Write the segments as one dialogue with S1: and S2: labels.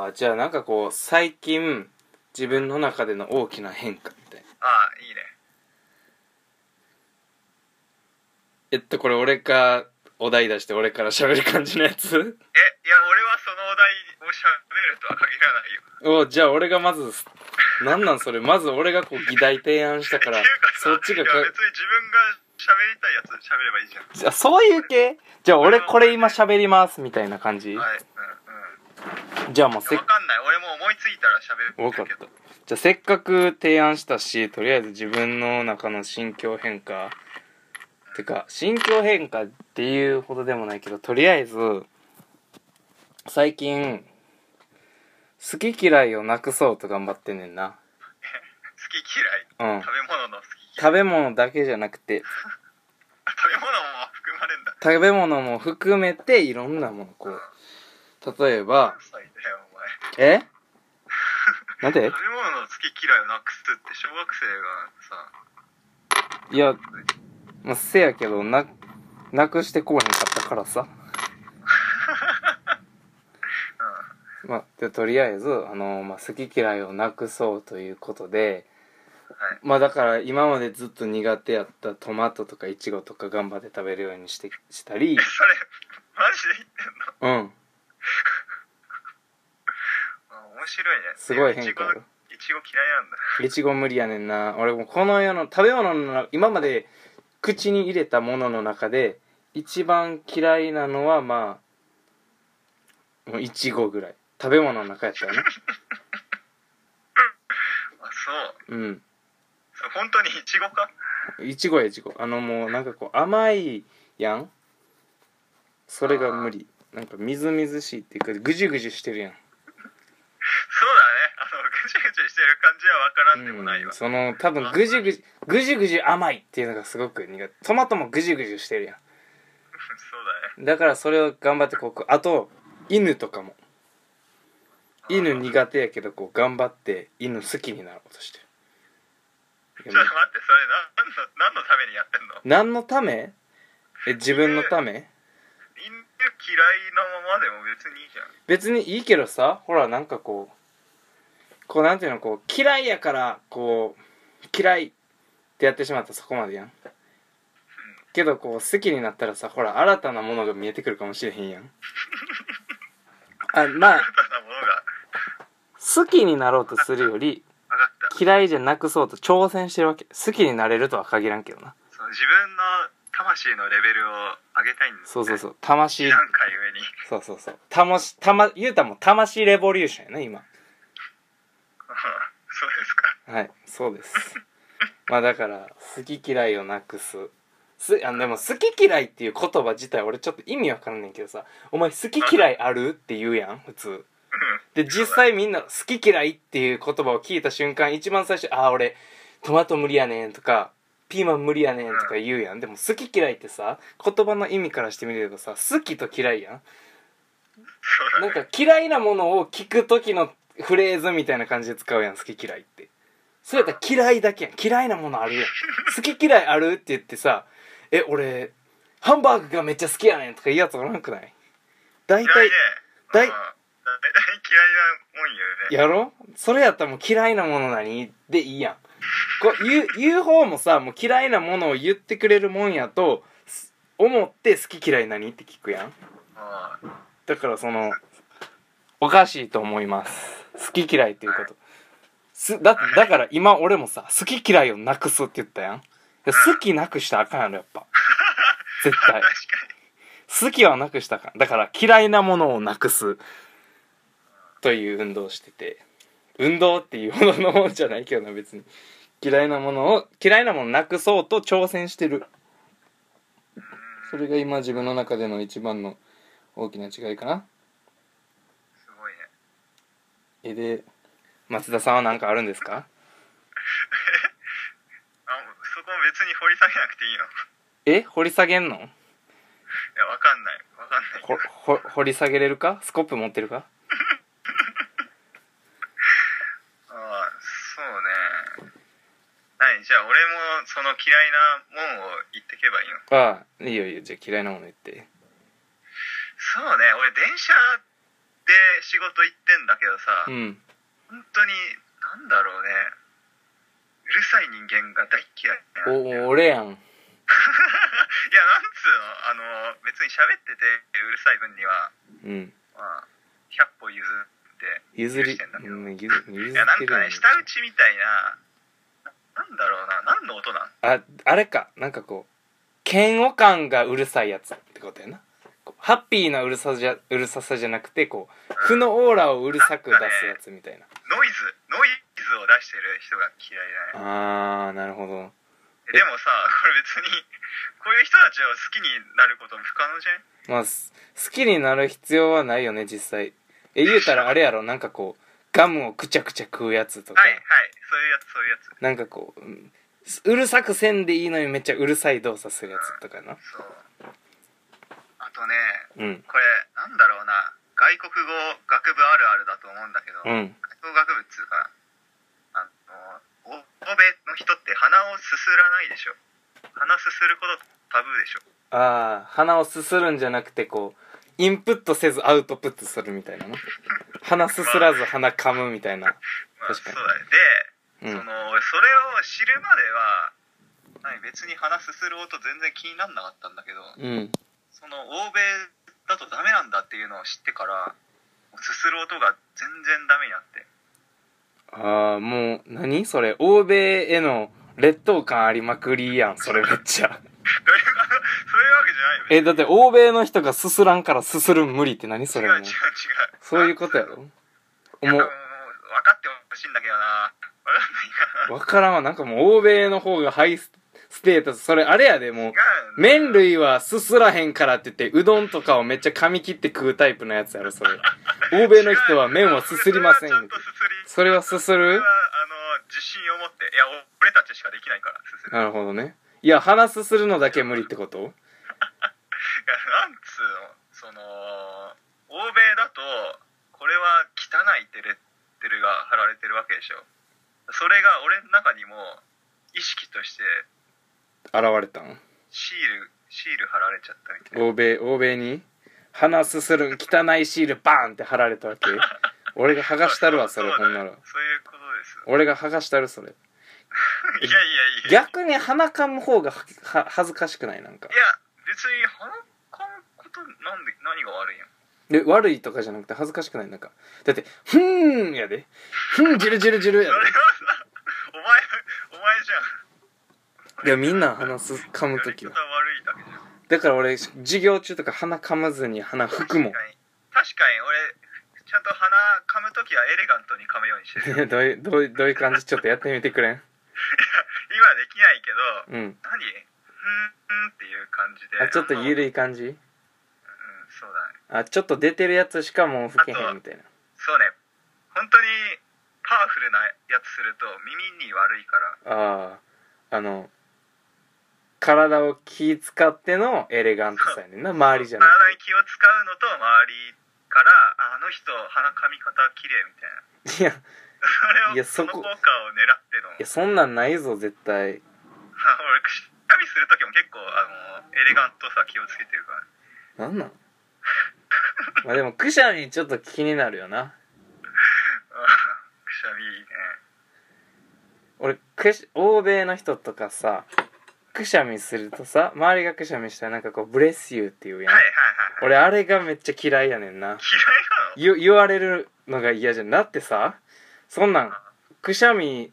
S1: あじゃあなんかこう最近自分の中での大きな変化みたいな
S2: ああいいね
S1: えっとこれ俺かお題出して俺から喋る感じのやつ
S2: えいや俺はそのお題をしゃべるとは限らないよ
S1: おじゃあ俺がまずなんなんそれまず俺がこう議題提案したから
S2: っていうかさ
S1: そっちがか
S2: いや別に自分が喋りたいやつ喋ればいいじゃん
S1: じゃあそういう系じゃあ俺これ今喋りますみたいな感じ
S2: はいうん
S1: じゃあもう
S2: うん
S1: せ
S2: いやわかんない俺も思いついたら喋る
S1: 分かった
S2: けど
S1: じゃあせっかく提案したしとりあえず自分の中の心境変化てか心境変化っていうほどでもないけどとりあえず最近好き嫌いをなくそうと頑張ってんねんな
S2: 好き嫌い
S1: うん
S2: 食べ物の好き嫌い
S1: 食べ物だけじゃなくて
S2: あ食べ物も含まれるんだ
S1: 食べ物も含めていろんなものこう例えば
S2: 何歳だよお前
S1: えなんで
S2: 食べ物の好き嫌いをなくすって小学生がさ
S1: いや、まあ、せやけどななくしてこうへんかったからさ
S2: う
S1: まあ、でとりあえず、あのまあ、好き嫌いをなくそうということで、
S2: はい
S1: まあだから今までずっと苦手やったトマトとかイチゴとか頑張って食べるようにしてしたり
S2: んそれマジで言
S1: う
S2: ってんの
S1: ん
S2: あ面白いね
S1: すごい変化ある
S2: いちごいちご嫌いなんだ
S1: いちご無理やねんな俺もうこの世の食べ物のな今まで口に入れたものの中で一番嫌いなのはまあもういちごぐらい食べ物の中やったらね
S2: あそう
S1: うん
S2: そう本当にいちごか
S1: いちごやいちごあのもうなんかこう甘いやんそれが無理なんかみずみずしいっていうかぐじゅぐじゅしてるやん
S2: そうだねあのぐちゅぐちゅしてる感じはわからんでもないわ、
S1: うんその多分ぐじゅぐじゅぐじゅぐじゅ甘いっていうのがすごく苦手トマトもぐじゅぐじゅしてるや
S2: そうだね
S1: んだからそれを頑張ってこうあと犬とかも犬苦手やけどこう頑張って犬好きになろうとしてる
S2: ちょっと待ってそれ何の何のためにやってんの
S1: 何のためえ自分のため
S2: 犬嫌いなままでも別にいいじゃん
S1: 別にいいけどさほらなんかこうこうなんていうのこう嫌いやからこう嫌いってやってしまったらそこまでやんけどこう好きになったらさほら新たなものが見えてくるかもしれへんやんあまあ
S2: 新たなものが
S1: 好きになろうとするより
S2: 分かった
S1: 嫌いじゃなくそうと挑戦してるわけ好きになれるとは限らんけどな
S2: その自分の魂のレベルを上げたいんだ、ね、
S1: そうそうそうう魂
S2: 何回上に
S1: そうそうそう魂たまゆうたも魂レボリューションやな今
S2: そうですか
S1: はいそうですまあだから好き嫌いをなくすすあでも好き嫌いっていう言葉自体俺ちょっと意味わかんないけどさ「お前好き嫌いある?」って言うやん普通
S2: うん
S1: で実際みんな「好き嫌い」っていう言葉を聞いた瞬間一番最初「ああ俺トマト無理やねん」とか「ピーマン無理やねん」とか言うやんでも好き嫌いってさ言葉の意味からしてみればさ好きと嫌いやん
S2: そうだ
S1: なん
S2: ね
S1: か嫌いなものを聞く時のフレーズみたいな感じで使うやん好き嫌いってそれやったら嫌いだけやん嫌いなものあるやん好き嫌いあるって言ってさ「え俺ハンバーグがめっちゃ好きやねん」とか言うやつおらんくない大
S2: 嫌い
S1: 体
S2: ね
S1: 大
S2: うん大体嫌いな
S1: や
S2: もん言うね
S1: ろそれやったらもう嫌いなもの何でいいやんこう言う言う方もさもう嫌いなものを言ってくれるもんやとす思って好き嫌い何って聞くやん
S2: うん
S1: だからそのおかしいと思います好き嫌いっていうことすだだから今俺もさ好き嫌いをなくすって言ったやんで好きなくしたらあかんやろやっ ぱ絶対
S2: 確かに
S1: 好きはなくしたらあかんだから嫌いなものをなくすという運動をしてて運動っていうほどのもんじゃないけどな別に嫌いなものを嫌いなものなくそうと挑戦してるそれが今自分の中での一番の大きな違いかな
S2: すごいね
S1: えで松田さんは何かあるんですか
S2: あそこ別に掘り下げなくていいの
S1: え掘り下げんの
S2: いやわかんないわかんないけ
S1: ほ
S2: ど
S1: ほ掘り下げれるかスコップ持ってるか
S2: ああそうね何じゃあ俺もその嫌いなもんを言ってけばいいの
S1: ああいいよいいよじゃあ嫌いなもの言って
S2: そうね俺電車で仕事行ってんだけど
S1: う
S2: さ、
S1: ん
S2: 本当になんだろうねうるさい人間が大っ嫌い
S1: お
S2: なんだよいやなん
S1: 俺やん
S2: つうのあの別に喋っててうるさい分に
S1: う
S2: は、
S1: ん
S2: まあ、100歩譲って
S1: 譲り
S2: 許してんだけど
S1: うん譲譲っ
S2: いやなん
S1: てる
S2: か
S1: や
S2: ね
S1: ん
S2: 舌打ちみたいなななんだろうな何の音なん
S1: ああれかなんかこう嫌悪感がうるさいやつってことやなこうハッピーなうるさじゃうるささじゃなくてこう負のオーラをうるさく出すやつみたいな
S2: ノイズノイズを出してる人が嫌いだね
S1: あーなるほど
S2: えでもさこれ別にこういう人たちを好きになることも不可能じゃん
S1: まあす好きになる必要はないよね実際え言うたらあれやろなんかこうガムをくちゃくちゃ食うやつとか、
S2: はいはいそういうやつそういうやつ
S1: なんかこううんうるさくせんでいいのにめっちゃうるさい動作するやつとかな
S2: そうあとね
S1: うん
S2: これなんだろうな外国語学部あるあるだと思うんだけど、
S1: うん
S2: 外国語学部っつうかあのお欧米の人って鼻をすすらないでしょ鼻すすることタブーでしょ
S1: ああ鼻をすするんじゃなくてこうインプットせずアウトプットするみたいなの鼻すすらず鼻噛むみたいな
S2: まあ、
S1: 確か
S2: そう
S1: に
S2: だねで、
S1: うん
S2: そのそれを知るまでは何別に鼻すする音全然気になんなかったんだけど
S1: うん
S2: その欧米だとダメなんだっていうのを知ってからもうすする音が全然ダメになって
S1: ああもう何それ欧米への劣等感ありまくりやんそれめっちゃ
S2: そういうそういうわけじゃないよ
S1: えだって欧米の人がすすらんからすするん無理って何それも
S2: 違う違う違う
S1: そういうことやろ
S2: いや
S1: も
S2: もう分かってほしいんだけどな分かんないう
S1: わからんわなんかもう欧米の方がハイスステータスそれあれやでもう
S2: かな違う
S1: 麺類はすすらへんからって言ってうどんとかをめっちゃ噛み切って食うタイプのやつやろそれ欧米の人は麺はすすりません
S2: それはちゃんとすすり
S1: それはすす
S2: それ
S1: る
S2: はあの自信を持っていやお俺たちしかできないからすする
S1: なるほどねいや鼻すするのだけ無理ってこと
S2: いやなんつうのその欧米だとこれは汚いってレッテルが貼られてるわけでしょそれが俺の中にも意識として
S1: 現れたん
S2: シールシール貼られちゃったみたい
S1: 欧米欧米に鼻すするん汚いシールバーンって貼られたわけ俺が剥が
S2: な
S1: したるわそれ
S2: うう
S1: ほんなら
S2: そういうことです
S1: 俺が剥がしたるそれ
S2: いやいやいや
S1: 逆に鼻噛む方がはは恥ずかしくないなんか
S2: いや別に鼻かむことなんで何が悪いんやん
S1: で悪いとかじゃなくて恥ずかしくないなんかだって「ふーん」やで「ふーんじるじるじる」や
S2: そ
S1: で
S2: れはさお前お前じゃん
S1: いやみんな鼻す噛む時
S2: やり
S1: は
S2: 方悪いだけじゃん
S1: だから俺授業中とか鼻噛まずに鼻拭くもん
S2: 確かに確かに俺ちゃんと鼻噛む時はエレガントに噛むようにして る
S1: いやどういうどういうどういう感じちょっとやってみてくれん
S2: 今できないけど
S1: うん
S2: 何ふーんっていう感じで
S1: あちょっと
S2: る
S1: 緩い感じ
S2: うんそうだね
S1: あちょっと出てるやつしかもう拭けへんみたいな
S2: そうね本当にパワフルなやつすると耳に悪いから
S1: あああの体を気使ってのエレガントさやねん な周りじゃなく
S2: 体に気を使うのと周りからああの人鼻噛み方綺麗みたいな
S1: ていやいいや
S2: そ
S1: そ
S2: れをそ
S1: こ
S2: の効果を狙っての
S1: やそんなんないぞ絶対
S2: あ 俺くしゃみする時も結構あのエレガントさ気をつけてるから
S1: なん なんまあでもくしゃみちょっと気になるよな
S2: あくしゃみいいね
S1: 俺くし欧米の人とかさくしゃみするとさ周りがくしゃみしたらなんかこう「ブレスユー」って言うやん、
S2: はいはいはいはい
S1: 俺あれがめっちゃ嫌いやねんな
S2: 嫌いなの
S1: 言言われるのが嫌じゃんだってさそんなんくしゃみ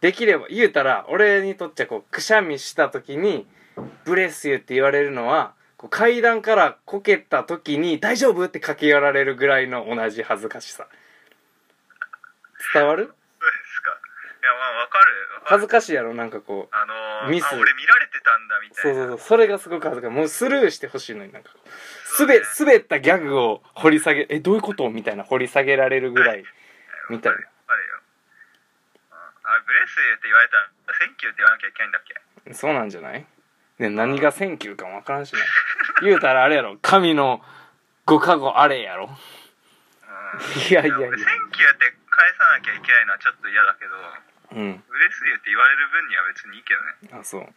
S1: できれば言うたら俺にとっちゃこうくしゃみした時に「ブレスユー」って言われるのはこう階段からこけた時に「大丈夫?」って駆け寄られるぐらいの同じ恥ずかしさ伝わる
S2: そうですか。いや、まあ、わかる。
S1: 恥ず
S2: わかる。
S1: かしいやろなんかこう
S2: あのー、
S1: ミス
S2: あ、俺見られてたんだ、みた
S1: そ
S2: いう
S1: そう
S2: な。
S1: そうそれがすごく恥ずかしいもうスルーしてほしいのになんかこうすべ滑ったギャグを掘り下げえどういうことみたいな掘り下げられるぐらいみたいな
S2: わかるよ。あ、ブレスユーって言われたら、センキューって言わなきゃいけないんだっけ
S1: そうなんじゃないね何がセンキューかもわからんしな言うたらあれやろ神のご加護あれやろ
S2: う
S1: いやいやい
S2: ん。
S1: や
S2: 俺センキューって返さなきゃいけないのはちょっと嫌だけど、
S1: うん
S2: ブレスユーって言われる分には別にいいけどね。
S1: あそう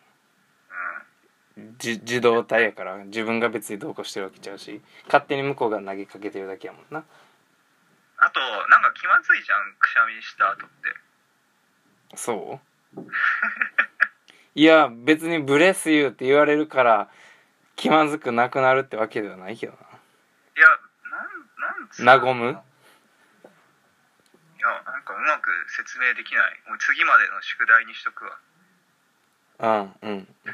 S2: うん。
S1: じ自動体やから自分が別にどうこうしてるわけちゃうし勝手に向こうが投げかけてるだけやもんな
S2: あとなんか気まずいじゃんくしゃみした後って
S1: そう いや別に「ブレスユー」って言われるから気まずくなくなるってわけではないけど
S2: いやなんなんつう
S1: な
S2: の
S1: 和む
S2: いやなんかうまく説明できないもう次までの宿題にしとくわ
S1: なうんうんオッケー